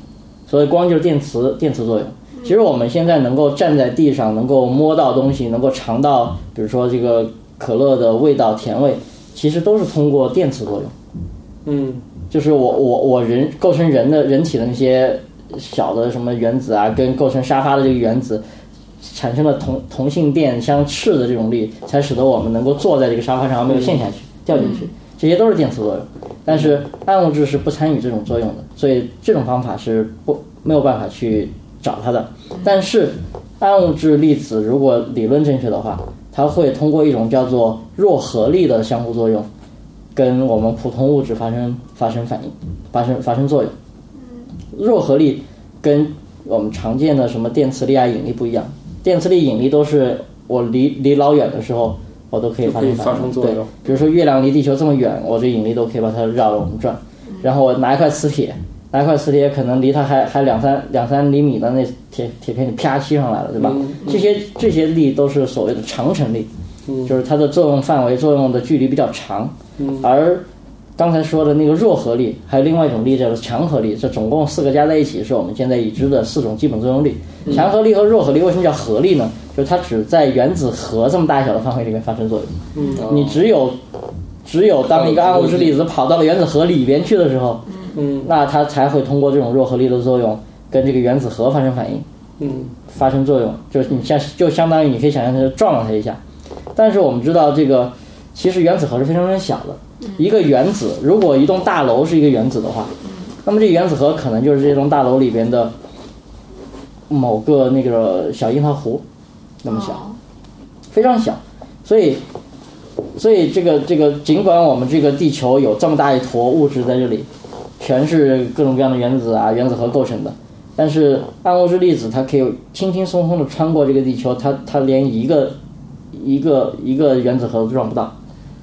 所以光就是电磁电磁作用。其实我们现在能够站在地上，能够摸到东西，能够尝到，比如说这个可乐的味道、甜味，其实都是通过电磁作用。
嗯，
就是我我我人构成人的人体的那些小的什么原子啊，跟构成沙发的这个原子产生了同同性电相斥的这种力，才使得我们能够坐在这个沙发上而没有陷下去、掉进去。这些都是电磁作用，但是暗物质是不参与这种作用的，所以这种方法是不没有办法去找它的。但是暗物质粒子如果理论正确的话，它会通过一种叫做弱合力的相互作用，跟我们普通物质发生发生反应，发生发生作用。弱合力跟我们常见的什么电磁力啊、引力不一样，电磁力、引力都是我离离老远的时候，我都可以
就
发
可以
生反
发
应
生作
对
用。
比如说月亮离地球这么远，我这引力都可以把它绕着我们转。然后我拿一块磁铁，拿一块磁铁，可能离它还还两三两三厘米的那铁铁片，你啪吸上来了，对吧？
嗯
这些这些力都是所谓的长程力，就是它的作用范围、作用的距离比较长。而刚才说的那个弱合力，还有另外一种力叫做强合力，这总共四个加在一起是我们现在已知的四种基本作用力。强合力和弱合力为什么叫合力呢？就是它只在原子核这么大小的范围里面发生作用。
哦
你只有只有当一个暗物质粒子跑到了原子核里边去的时候，
嗯
那它才会通过这种弱合力的作用跟这个原子核发生反应，
嗯
发生作用，就是你像就相当于你可以想象它撞了它一下。但是我们知道这个，其实原子核是非常非常小的，一个原子如果一栋大楼是一个原子的话，那么这个原子核可能就是这栋大楼里边的某个那个小樱桃核那么小。
哦
非常小，所以，所以这个这个，尽管我们这个地球有这么大一坨物质在这里，全是各种各样的原子啊、原子核构成的，但是暗物质粒子它可以轻轻松松的穿过这个地球，它它连一个一个一个原子核都撞不到。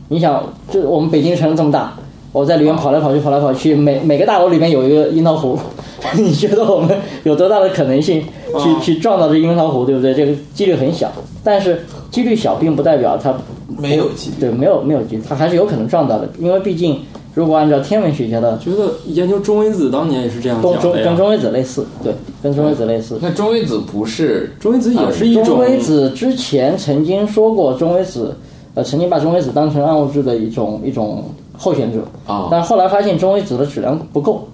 你想，就我们北京城这么大，我在里面跑来跑去，跑来跑去，每每个大楼里面有一个樱桃核， 你觉得我们有多大的可能性去去撞到这樱桃核，对不对？这个几率很小，但是几率小并不代表它
没有几率。
对没有没有几率，它还是有可能撞到的，因为毕竟如果按照天文学家的
觉得研究中微子当年也是这样
中
讲
中
的
跟
呀。
中微子类似，对，跟中微子类似。
那中微子不是
中微子也是一
啊中
种
微子之前曾经说过，中微子呃曾经把中微子当成暗物质的一种一种候选者，
啊、
但后来发现中微子的质量不够。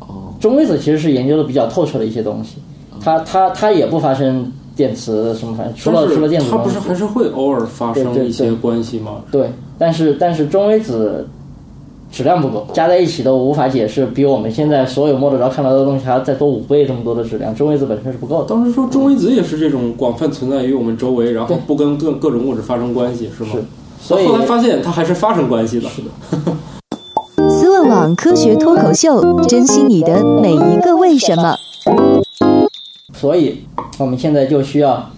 哦
中微子其实是研究的比较透彻的一些东西，它它它也不发生电磁什么反应，除了
但是
除了电子
它
东
不
西
是还是会偶尔发
对对
生
对
一些关系吗？
对，但是但是中微子质量不够，加在一起都无法解释，比我们现在所有摸得着看得到的东西还要再多五倍这么多的质量，中微子本身是不够的。
当时说中微子也是这种广泛存在于我们周围，然后
对
不跟各各种物质发生关系，是吗
是？所以
后来发现它还是发生关系的。
思问网科学脱口秀，珍惜你的每一个为什么。
所以我们现在就需要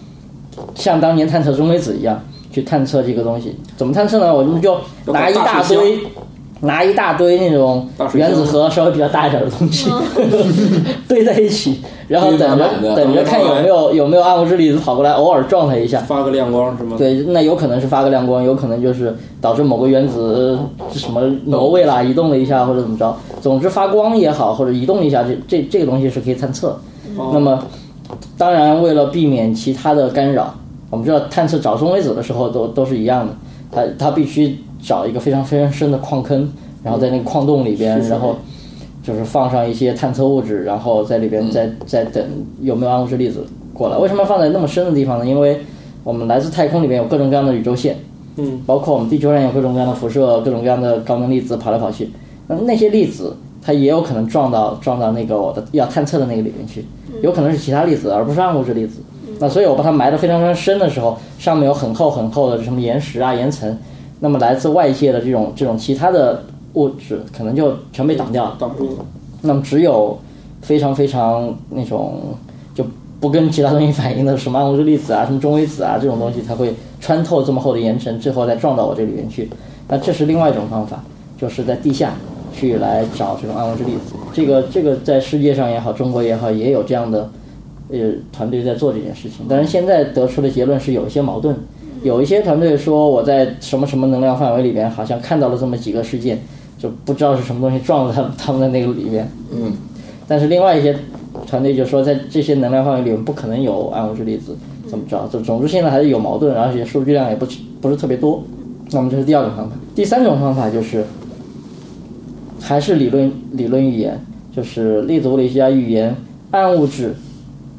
像当年探测中微子一样去探测这个东西。怎么探测呢？我们就拿一大
要搞大
堆拿一大堆那种
大水箱
原子核稍微比较大一点的东西 堆在一起，然后
堆
等
满
着
满的
等着看有没有有没有暗物质粒子跑过来，偶尔撞它一下。
发个亮光什么的。
对，那有可能是发个亮光，有可能就是导致某个原子什么挪位啦、移动了一下或者怎么着。总之发光也好，或者移动一下，这这这个东西是可以探测。
哦
那么，当然为了避免其他的干扰，我们知道探测找中微子的时候都都是一样的，它它必须找一个非常非常深的矿坑，然后在那个矿洞里边，然后就是放上一些探测物质，然后在里边再再等有没有暗物质粒子过来。为什么要放在那么深的地方呢？因为我们来自太空里面有各种各样的宇宙线，
嗯，
包括我们地球上有各种各样的辐射、各种各样的高能粒子跑来跑去，那那些粒子它也有可能撞到撞到那个我的要探测的那个里面去，有可能是其他粒子而不是暗物质粒子。那所以我把它埋得非常非常深的时候，上面有很厚很厚的什么岩石啊、岩层，那么来自外界的这种这种其他的物质可能就全被挡掉了。
挡住了。
那么只有非常非常那种就不跟其他东西反应的什么暗物质粒子啊、什么中微子啊这种东西，才会穿透这么厚的岩层，最后再撞到我这里面去。那这是另外一种方法，就是在地下去来找这种暗物质粒子。这个这个在世界上也好，中国也好，也有这样的呃团队在做这件事情。但是现在得出的结论是有一些矛盾。有一些团队说我在什么什么能量范围里边，好像看到了这么几个事件，就不知道是什么东西撞了他们他们的那个里面。
嗯，
但是另外一些团队就说，在这些能量范围里面不可能有暗物质粒子，怎么着？就总之现在还是有矛盾，而且数据量也不是不是特别多。那么这是第二种方法，第三种方法就是还是理论理论预言，就是粒子物理学家预言暗物质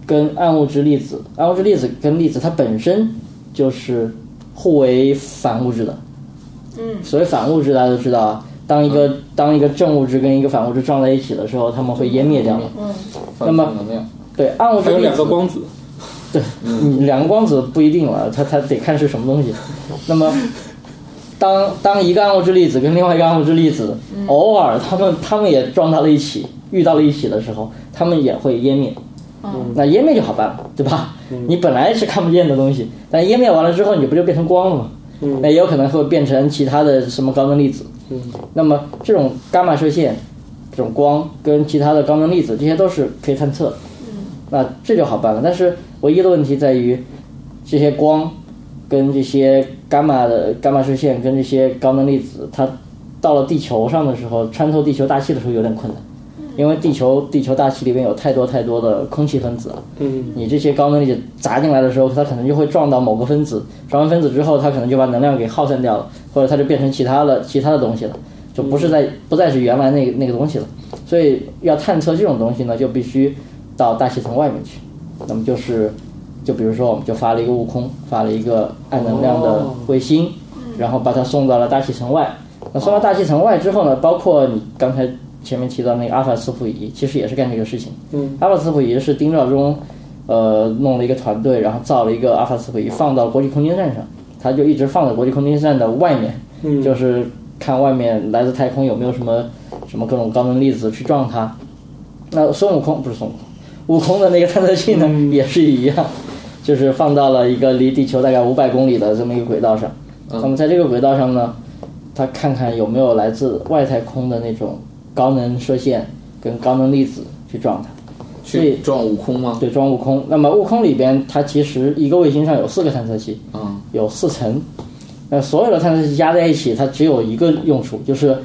跟暗物质粒子，暗物质粒子跟粒子它本身就是互为反物质的。
嗯，
所谓反物质大家都知道啊，当一个、
嗯
当一个正物质跟一个反物质撞在一起的时候，它们会湮灭掉嘛。那
放
么
正能量，
对，暗物质
嗯还有
粒
两
子
个，光子，
对，嗯，两个光子不一定了，它它得看是什么东西。那么，当当一个暗物质粒子跟另外一个暗物质粒子、
嗯
偶尔它们它们也撞到了一起，遇到了一起的时候，它们也会湮灭。
嗯
那湮灭就好办了，对吧？
嗯
你本来是看不见的东西，但湮灭完了之后，你不就变成光了吗？
嗯
那也有可能会变成其他的什么高能粒子。
嗯，
那么这种伽马射线、这种光跟其他的高能粒子，这些都是可以探测的。那这就好办了。但是唯一的问题在于，这些光跟这些伽马的伽马射线跟这些高能粒子，它到了地球上的时候，穿透地球大气的时候有点困难，因为地球地球大气里面有太多太多的空气分子啊了。
嗯，
你这些高能粒子砸进来的时候，它可能就会撞到某个分子，撞完分子之后，它可能就把能量给耗散掉了，或者它就变成其他的其他的东西了，就不是在不再是原来那个那个东西了。所以要探测这种东西呢，就必须到大气层外面去。那么就是，就比如说我们就发了一个悟空，发了一个暗能量的
哦
卫星，然后把它送到了大气层外。那送到大气层外之后呢，包括你刚才前面提到那个阿法斯普仪，其实也是干这个事情。
嗯，
阿法斯普仪是丁肇中，呃，弄了一个团队，然后造了一个阿法斯普仪，放到国际空间站上，它就一直放在国际空间站的外面，
嗯
就是看外面来自太空有没有什么什么各种高能粒子去撞它。那孙悟空不是孙悟空，悟空的那个探测器呢、也是一样，就是放到了一个离地球大概五百公里的这么一个轨道上。那么在这个轨道上呢，它看看有没有来自外太空的那种高能射线跟高能粒子去撞它。所以
去撞悟空吗？
对，装悟空。那么悟空里边，它其实一个卫星上有四个探测器，
嗯，
有四层。那所有的探测器加在一起，它只有一个用处，就是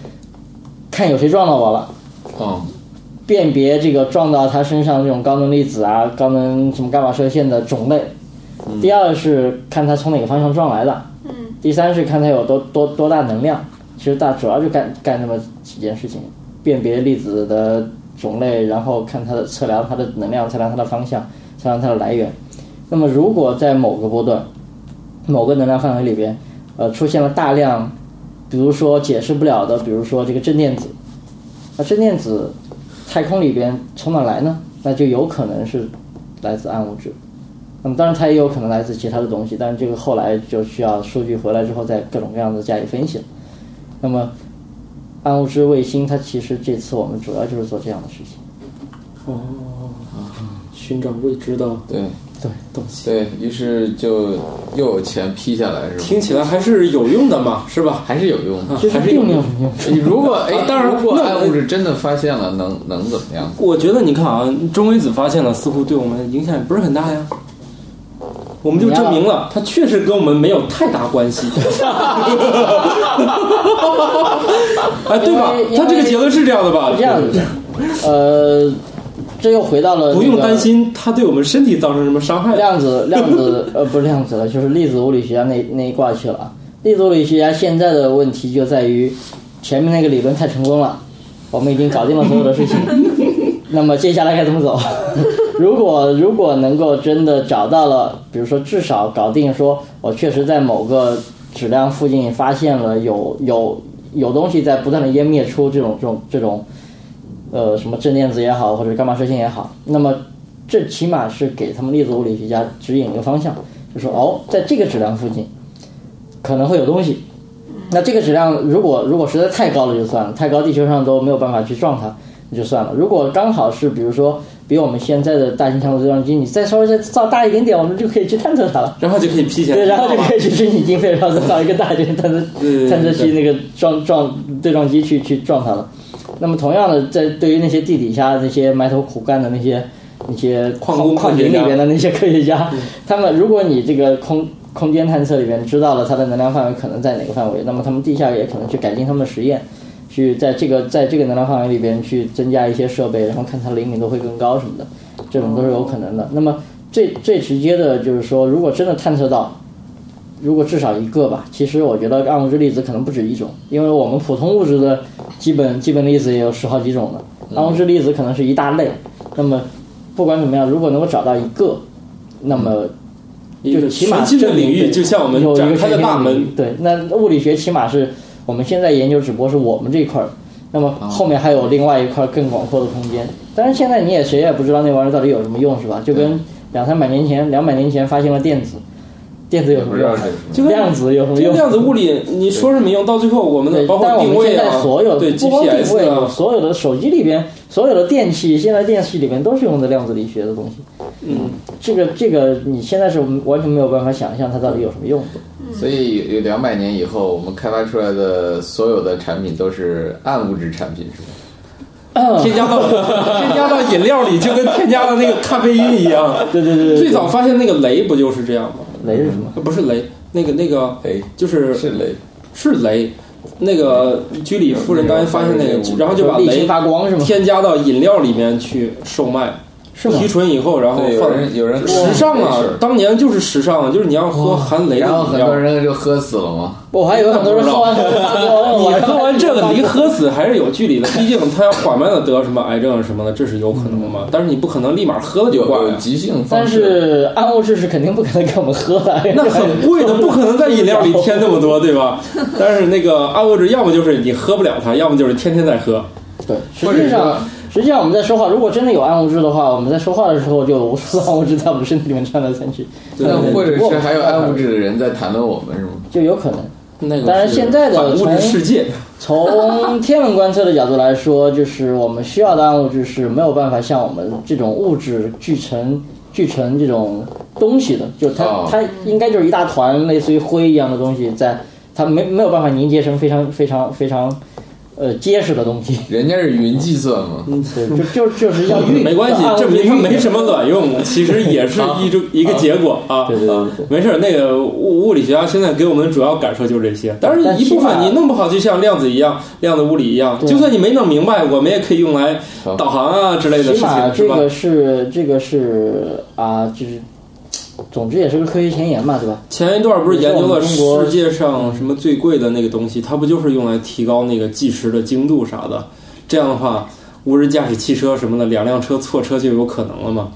看有谁撞到我了，
嗯，
辨别这个撞到他身上这种高能粒子啊、高能什么伽马射线的种类。第二是看它从哪个方向撞来的。嗯。第三是看它有多多多大能量。其实大主要就干干那么几件事情：辨别粒子的种类，然后看它的测量它的能量，测量它的方向，测量它的来源。那么如果在某个波段、某个能量范围里边，呃，出现了大量，比如说解释不了的，比如说这个正电子，那正电子太空里边从哪来呢？那就有可能是来自暗物质。那么当然它也有可能来自其他的东西，但是这个后来就需要数据回来之后再各种各样的加以分析了。那么暗物质卫星它其实这次我们主要就是做这样的事情。
哦，寻找未知的
对
东西。
对于是就又有钱批下来是
听
吧？
起来还是有用的嘛，是吧？
还是有用 的。
其实并没有什么用。
你如果哎，
当然
如果
那
暗物质真的发现了，能能怎么样？
我觉得你看啊，中微子发现了，似乎对我们影响也不是很大呀。我们就证明了，它确实跟我们没有太大关 系，哎，对吧
因为？
他这个结论是这样的吧？
是这样子，呃，这又回到了、
不用担。心它对我们身体造成什么伤害。
量子量子呃不是量子了，就是粒子物理学家那那一挂去了。啊粒子物理学家现在的问题就在于，前面那个理论太成功了，我们已经搞定了所有的事情，那么接下来该怎么走？ 如果如果能够真的找到了，比如说至少搞定说，我确实在某个质量附近发现了有有有东西在不断的湮灭出这种这种这种，呃什么正电子也好，或者伽马射线也好，那么这起码是给他们粒子物理学家指引一个方向，就说哦，在这个质量附近可能会有东西。那这个质量如果如果实在太高了就算了，太高地球上都没有办法去撞它，那就算了。如果刚好是比如说比我们现在的大型强度对撞机，你再稍微再造大一点点，我们就可以去探测它了。
然后就可以批起来，
对，然后就可以去申请经费，然后再造一个大一点的探测
哦对
探测器那个撞撞对撞机去去撞它了。那么同样的，在对于那些地底下那些埋头苦干的那些那些
矿
矿
工
矿
科学
井里嗯
家
边的那些科学家，他们如果你这个空空间探测里边知道了它的能量范围可能在哪个范围，那么他们地下也可能去改进他们的实验，去在这个在这个能量范围里边去增加一些设备，然后看它灵敏度会更高什么的，这种都是有可能的。那么最最直接的就是说，如果真的探测到，如果至少一个吧，其实我觉得暗物质粒子可能不止一种，因为我们普通物质的基本基本粒子也有十好几种
嗯
的，暗物质粒子可能是一大类。那么不管怎么样，如果能够找到一个，那么
嗯一
就
个
起码
全新的
证明
领域，
对
就像我们
有一
展
个
开
全
的
新
大
领域
门。
对，那物理学起码是我们现在研究，只不过是我们这一块儿，那么
啊
后面还有另外一块更广阔的空间。当然，现在你也谁也不知道那玩意儿到底有什么用，是吧？就跟两三百年前、两百年前发现了电子，电子有什
不
么
知
用啊
道？这是什么。
就跟
量子有什么
就
用？
量子物理，你说什么用？到最后我们的
对，
包括
但我
定
们
位
现在
啊，
所有
对
不光定
GPS
位，
啊，
所有的手机里边，所有的电器，现在电器里边都是用的量子力学的东西。
嗯，
这个这个，你现在是完全没有办法想象它到底有什么用的。
所以有两百年以后，我们开发出来的所有的产品都是暗物质产品，是吧？
添加到添加到饮料里，就跟添加到那个咖啡因一样。
对对对对，
最早发现那个雷不就是这样吗？
雷是什么？
不是雷，那个那个
哎，
就是
是雷，
是雷，那个居里夫人刚才发现那个，然后就把
例行
雷
发光是吗？
添加到饮料里面去售卖，
是吗
提？纯以后，然后
对，有
哦放
人有人
时尚啊，当年就是时尚啊，就是你要喝含雷的
然后
饮
很
料
多。人就喝死了嘛。
我还以为很多人喝完后发光，
你
我还
喝完这个离喝死还是有距离的，毕竟他要缓慢的得什么癌症什么的，这是有可能的嘛。但是你不可能立马喝了就
有
挂
有
呀，
急性
但
方式，
是暗物质是肯定不可能给我们喝的，
那 很贵的，不可能在饮料里添那么多，对吧？但是那个暗物质，要么就是你喝不了它，要么就是天天在喝。
对，实
或者
际
说
上，实际上我们在说话，如果真的有暗物质的话，我们在说话的时候就有无数的暗物质在我们身体里面窜来窜去，
那或者
不过
是还有暗物质的人在谈论我们，是吗？
就有可能。
那个
当然
是
现在的
反物质
从
世 界，
从天文观测的角度来说，就是我们需要的暗物质是没有办法像我们这种物质聚成聚成这种东西的，就是它、
啊
哦
它应该就是一大团类似于灰一样的东西在，它没没有办法凝结成非常非常非常呃结实的东 西，
人家是云计算嘛，
对，就就就是要运，
没关系
要暗，物
证
质
明它
运
没什么卵 用，其实也是一种一个结果啊。
对对对对。
没事儿，那个物物理学家现在给我们的主要感受就是这些。当然，
但
一部
起
分
码
你弄不好，就像量子一样，量子物理一样，就算你没弄明白，我们也可以用来导航啊之类的事
起码
情，
这
是吧？
个是这个是啊，就是，总之也是个科学前沿嘛，对吧？
前一段不是研究了
你说我们中国
世界上什么最贵的那个东西，它不就是用来提高那个计时的精度啥的？这样的话，无人驾驶汽车什么的，两辆车错车就有可能了嘛。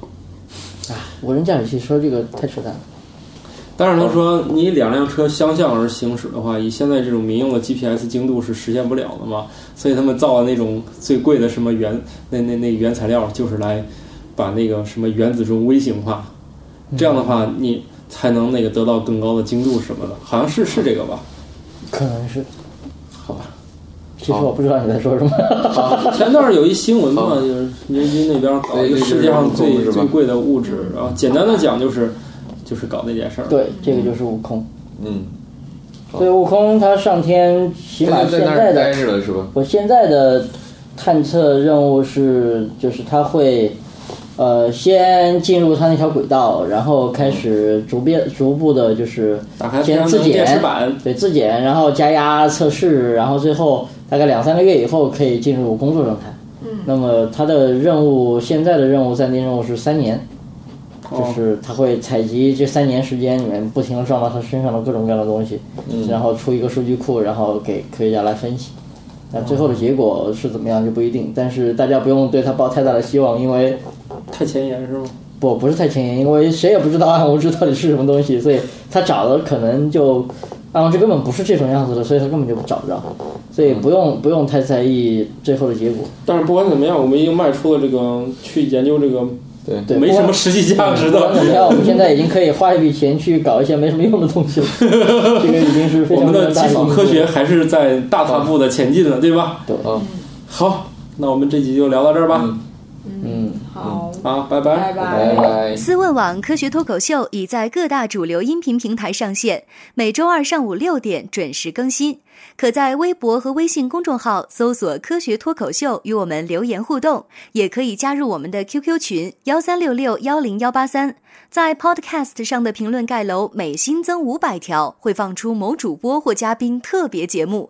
无人驾驶汽车这个太扯淡了，
但是他说，你两辆车相向而行驶的话，以现在这种民用的 GPS 精度是实现不了的嘛，所以他们造的那种最贵的什么原那那那原材料，就是来把那个什么原子钟微型化，
嗯
这样的话你才能那个得到更高的精度什么的，好像是是这个吧？
可能是
好吧，
其其实我不知道你在说什么。
前段儿有一新闻嘛，就是牛津哦那边儿搞一个世界上
对那
最
个是吧
最贵的嗯物质，然后简单的讲就是就是搞那件事儿。
对，这个就是悟空。
嗯，
所以悟空他上天，起
他
码
就
现
在那儿
在
待
的
着了是吧？
我现在的探测任务是，就是他会，呃，先进入他那条轨道，然后开始逐遍逐步的，就是
打开太
先
阳
自
能
检
电池板，
对自检，然后加压测试，然后最后大概两三个月以后可以进入工作状态。嗯，那么他的任务现在的任务暂定任务是三年，就
哦
是他会采集这三年时间里面不停的撞到他身上的各种各样的东西，
嗯
然后出一个数据库，然后给科学家来分析。那最后的结果是怎么样就不一定，但是大家不用对他抱太大的希望，因为
太前沿是吗？
不不是太前沿，因为谁也不知道暗物质到底是什么东西，所以他找的可能就暗物质根本不是这种样子的，所以他根本就找不着，所
嗯
以不用不用太在意最后的结果。
但是不管怎么样，我们已经迈出了这个去研究这个
对
对，
没什么实际价值
不管怎么
的。
样，我们现在已经可以花一笔钱去搞一些没什么用的东 西了，这个已经是非
我
常
们
非常
的
大
基
一
础
个
科学还是在大踏步的前进的，对吧？
对
嗯
好，那我们这集就聊到这儿吧。
嗯。
好，
啊，拜拜。
拜
拜拜。
思问网科学脱口秀已在各大主流音频平台上线，每周二上午六点准时更新。可在微博和微信公众号搜索“科学脱口秀”与我们留言互动，也可以加入我们的 QQ 群幺三六六幺零幺八三。在 Podcast 上的评论盖楼每新增五百条，会放出某主播或嘉宾特别节目。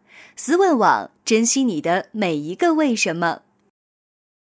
思问网，珍惜你的每一个为什么。